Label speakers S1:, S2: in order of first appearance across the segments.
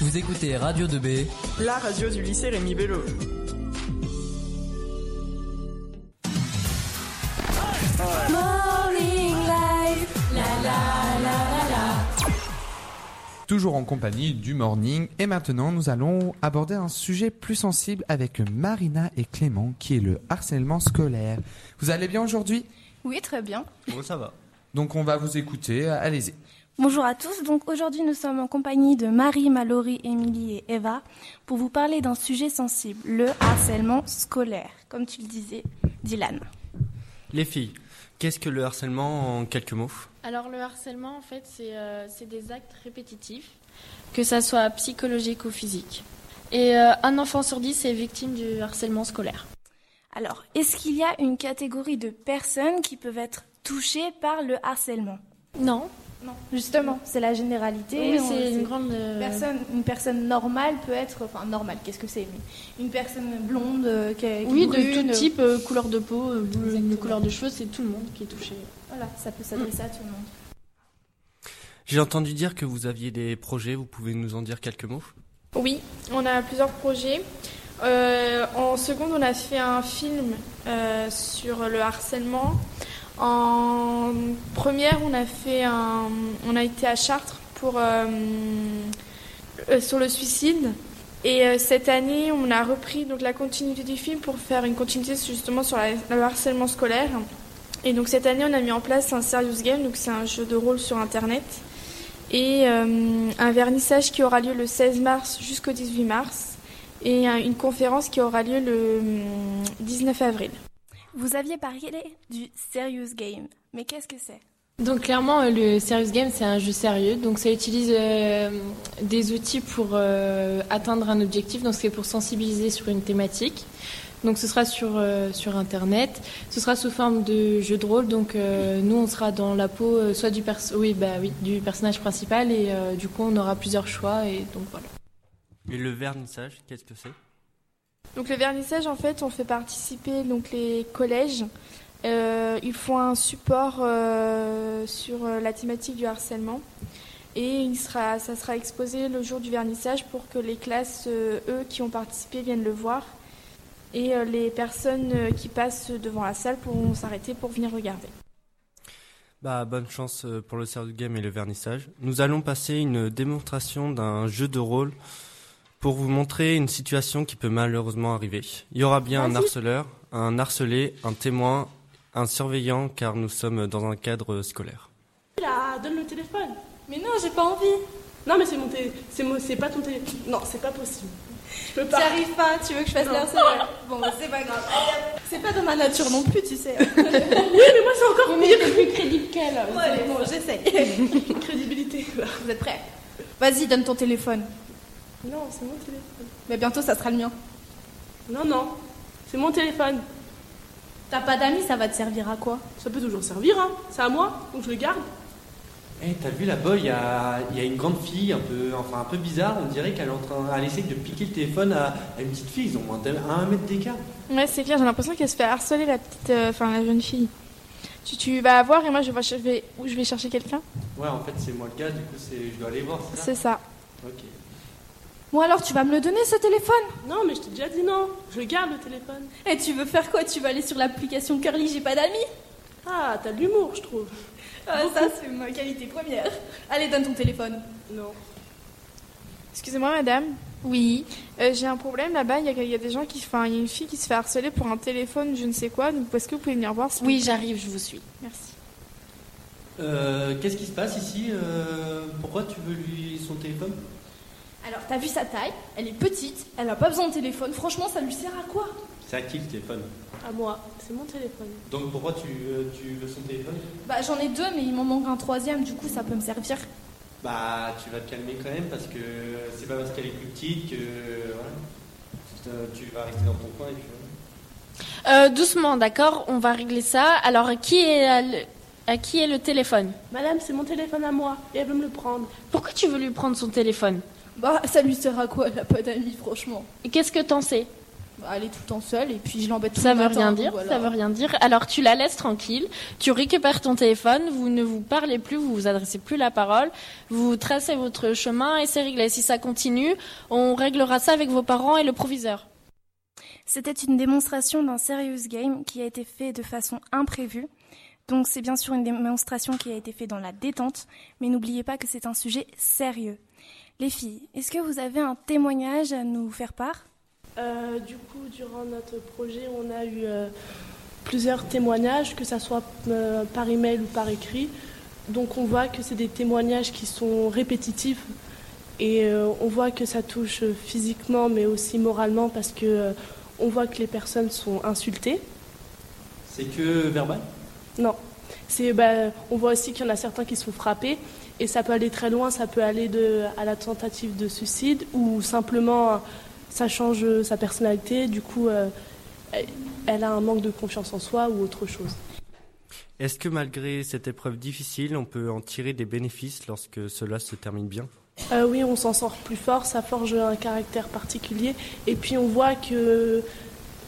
S1: Vous écoutez Radio 2B.
S2: La radio du lycée Rémi Bello.
S3: toujours en compagnie du morning. Et maintenant, nous allons aborder un sujet plus sensible avec Marina et Clément, qui est le harcèlement scolaire. Vous allez bien aujourd'hui
S4: Oui, très bien.
S5: Bon, ça va.
S3: Donc, on va vous écouter. Allez-y.
S4: Bonjour à tous. Donc aujourd'hui, nous sommes en compagnie de Marie, Mallory, Émilie et Eva pour vous parler d'un sujet sensible, le harcèlement scolaire, comme tu le disais, Dylan.
S5: Les filles, qu'est-ce que le harcèlement en quelques mots
S6: Alors le harcèlement, en fait, c'est euh, c'est des actes répétitifs, que ça soit psychologique ou physique. Et euh, un enfant sur dix est victime du harcèlement scolaire.
S4: Alors, est-ce qu'il y a une catégorie de personnes qui peuvent être touchées par le harcèlement
S6: Non,
S7: Non, justement, c'est la
S6: oui,
S7: généralité. on-
S6: c'est une grande... euh,
S7: personne, une personne normale peut être, enfin normale, qu'est-ce que c'est mais Une personne blonde euh, qui a- qui
S6: Oui,
S7: est
S6: de
S7: brune,
S6: tout type, euh, couleur de peau, euh, bleu-
S7: Exactement.
S6: couleur de cheveux, c'est tout le monde qui est touché.
S7: Voilà, ça peut s'adresser à tout le monde.
S5: J'ai entendu dire que vous aviez des projets, vous pouvez nous en dire quelques mots
S8: Oui, on a plusieurs projets. Euh, en seconde, on a fait un film euh, sur le harcèlement. En première, on a fait un, on a été à Chartres pour euh, euh, sur le suicide. Et euh, cette année, on a repris donc la continuité du film pour faire une continuité justement sur la- le harcèlement scolaire. Et donc cette année, on a mis en place un serious game, donc c'est un jeu de rôle sur internet et euh, un vernissage qui aura lieu le 16 mars jusqu'au 18 mars et un- une conférence qui aura lieu le hum, 19 avril.
S4: Vous aviez parlé du Serious Game, mais qu'est-ce que c'est
S9: Donc clairement, euh, le Serious Game, c'est un jeu sérieux. Donc ça utilise euh, des outils pour euh, atteindre un objectif. Donc c'est pour sensibiliser sur une thématique. Donc ce sera sur, euh, sur Internet. Ce sera sous forme de jeu de rôle. Donc euh, nous, on sera dans la peau euh, soit du, perso- oui, bah, oui, du personnage principal et euh, du coup, on aura plusieurs choix. Et donc voilà.
S5: Et le vernissage, qu'est-ce que c'est
S8: Donc le vernissage, en fait, on fait participer donc les collèges. Euh, ils font un support euh, sur euh, la thématique du harcèlement et il sera, ça sera exposé le jour du vernissage pour que les classes, euh, eux, qui ont participé, viennent le voir et euh, les personnes euh, qui passent devant la salle pourront s'arrêter pour venir regarder.
S5: Bah, bonne chance euh, pour le serious game et le vernissage. Nous allons passer une démonstration d'un jeu de rôle pour vous montrer une situation qui peut malheureusement arriver. Il y aura bien un harceleur, un harcelé, un témoin, un surveillant, car nous sommes dans un cadre euh, scolaire.
S10: Là, donne le téléphone. Mais non, j'ai pas envie. Non, mais c'est mon télé- c'est mo- c'est pas ton téléphone. Non, c'est pas possible. Je peux pas.
S7: T'y arrives pas, tu veux que je fasse l'air seul Bon, bah, c'est pas grave. C'est pas dans ma nature non plus, tu sais.
S10: Oui, mais moi c'est encore mieux que
S7: plus crédible qu'elle. Ouais, bon, j'essaye.
S10: la crédibilité. quoi.
S7: Vous êtes prêts Vas-y, donne ton téléphone.
S10: Non, c'est mon téléphone.
S7: Mais bientôt, ça sera le mien.
S10: Non, non, c'est mon téléphone.
S7: T'as pas d'amis, ça va te servir à quoi
S10: Ça peut toujours servir, hein. C'est à moi, donc je le garde.
S11: Eh, t'as vu là-bas, il y a, il y a une grande fille, un peu, enfin un peu bizarre. On dirait qu'elle est en train, elle essaie de piquer le téléphone à, à une petite fille. Ils ont moins d'un un mètre d'écart.
S8: Ouais, c'est clair, j'ai l'impression qu'elle se fait harceler, la petite, euh, enfin la jeune fille. Tu, tu vas voir et moi je, vais- je vais où je vais chercher quelqu'un.
S11: Ouais, en fait, c'est moi le gars. Du coup, c'est, je dois aller voir. C'est ça.
S8: C'est ça.
S11: Ok.
S7: Bon, alors, tu vas me le donner, ce téléphone
S10: Non, mais je t'ai déjà dit non. Je le garde le téléphone.
S7: Et Eh, tu veux faire quoi Tu vas aller sur l'application Curly, j'ai pas d'amis
S10: Ah, t'as de l'humour, je trouve.
S7: Ah, ça, c'est ma qualité première. Allez, donne ton téléphone.
S10: Non.
S8: Excusez-moi, madame.
S7: Oui.
S8: Euh, j'ai un problème là-bas. Il y, a- il y a des gens qui, enfin, il y a une fille qui se fait harceler pour un téléphone, je ne sais quoi. Donc, est-ce que vous pouvez venir voir s'il vous
S9: Oui, j'arrive, je vous suis.
S8: plaît Merci.
S11: Euh, qu'est-ce qui se passe ici Euh, Pourquoi tu veux lui son téléphone
S7: Alors, t'as vu sa taille Elle est petite, elle a pas besoin de téléphone. Franchement, ça lui sert à quoi
S11: C'est à qui le téléphone
S10: À moi, c'est mon téléphone.
S11: Donc pourquoi tu, euh, tu veux son téléphone
S7: Bah, j'en ai deux, mais il m'en manque un troisième, du coup, ça peut me servir.
S11: Bah, tu vas te calmer quand même parce que c'est pas parce qu'elle est plus petite que voilà. Tu te- Tu vas rester dans ton coin et puis. voilà.
S9: Euh, doucement, d'accord On va régler ça. Alors, qui est, à le- à qui est le téléphone
S10: Madame, c'est mon téléphone à moi et elle veut me le prendre.
S9: Pourquoi tu veux lui prendre son téléphone
S7: Bah, ça lui sert à quoi Elle a pas d'amis, franchement.
S9: Qu'est-ce que t'en sais
S7: bah, elle est tout le temps seule et puis je l'embête tout
S6: Ça
S7: le
S6: veut
S7: matin,
S6: rien
S7: donc
S6: dire,
S7: voilà.
S6: ça veut rien dire. Alors tu la laisses tranquille, tu récupères ton téléphone, vous ne vous parlez plus, vous vous adressez plus la parole, vous tracez votre chemin et c'est réglé. Si ça continue, on réglera ça avec vos parents et le proviseur.
S4: C'était une démonstration d'un serious game qui a été fait de façon imprévue. Donc c'est bien sûr une démonstration qui a été faite dans la détente, mais n'oubliez pas que c'est un sujet sérieux. Les filles, est-ce que vous avez un témoignage à nous faire part
S10: Euh, du coup, durant notre projet, on a eu euh, plusieurs témoignages, que ça soit euh, par email ou par écrit. Donc, on voit que c'est des témoignages qui sont répétitifs et euh, on voit que ça touche physiquement, mais aussi moralement, parce que euh, on voit que les personnes sont insultées.
S11: C'est que verbal
S10: Non. C'est, bah, on voit aussi qu'il y en a certains qui sont frappés et ça peut aller très loin, ça peut aller de, à la tentative de suicide ou simplement ça change euh, sa personnalité, du coup euh, elle- elle a un manque de confiance en soi ou autre chose.
S5: Est-ce que malgré cette épreuve difficile, on peut en tirer des bénéfices lorsque cela se termine bien
S10: Euh, oui, on s'en sort plus fort, ça forge un caractère particulier et puis on voit que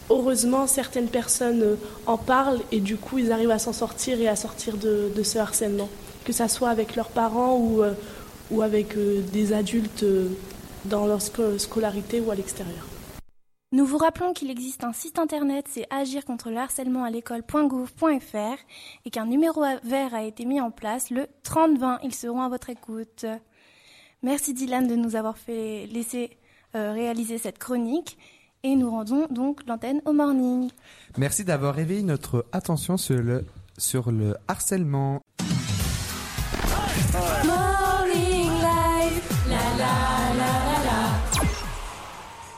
S10: heureusement certaines personnes euh, en parlent et du coup ils arrivent à s'en sortir et à sortir de, de ce harcèlement, que ça soit avec leurs parents ou, euh, ou avec euh, des adultes euh, dans leur sco- scolarité ou à l'extérieur.
S4: Nous vous rappelons qu'il existe un site internet, c'est agir contre le harcèlement à l'école.gouv.fr et qu'un numéro à- vert a été mis en place le 3020. Ils seront à votre écoute. Merci Dylan de nous avoir fait laisser euh, réaliser cette chronique et nous rendons donc l'antenne au morning.
S3: Merci d'avoir éveillé notre attention sur le, sur le harcèlement